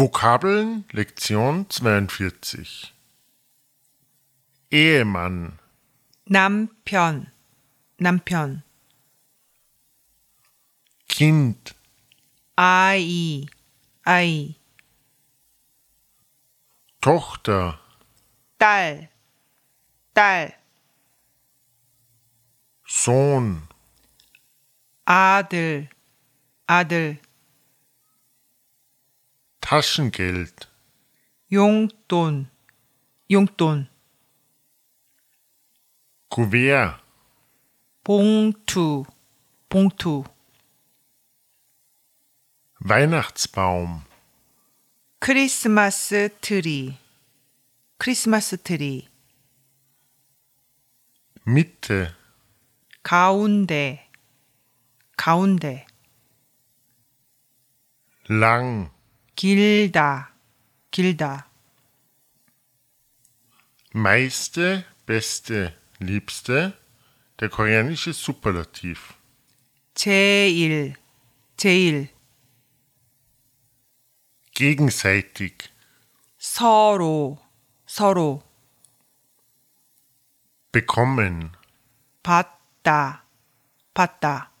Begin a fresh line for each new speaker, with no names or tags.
Vokabeln Lektion 42 Ehemann
남편, 남편,
Kind
아이, 아이,
Tochter
딸, 딸,
Sohn
아들, 아들,
Taschengeld
용돈, 용돈,
Kuvert
봉투, 봉투,
Weihnachtsbaum
크리스마스 트리, 크리스마스 트리,
Mitte
가운데, 가운데,
Lang
길다, 길다,
Meiste Beste Liebste Der koreanische Superlativ
제일, 제일,
Gegenseitig
서로, 서로,
Bekommen
받다, 받다.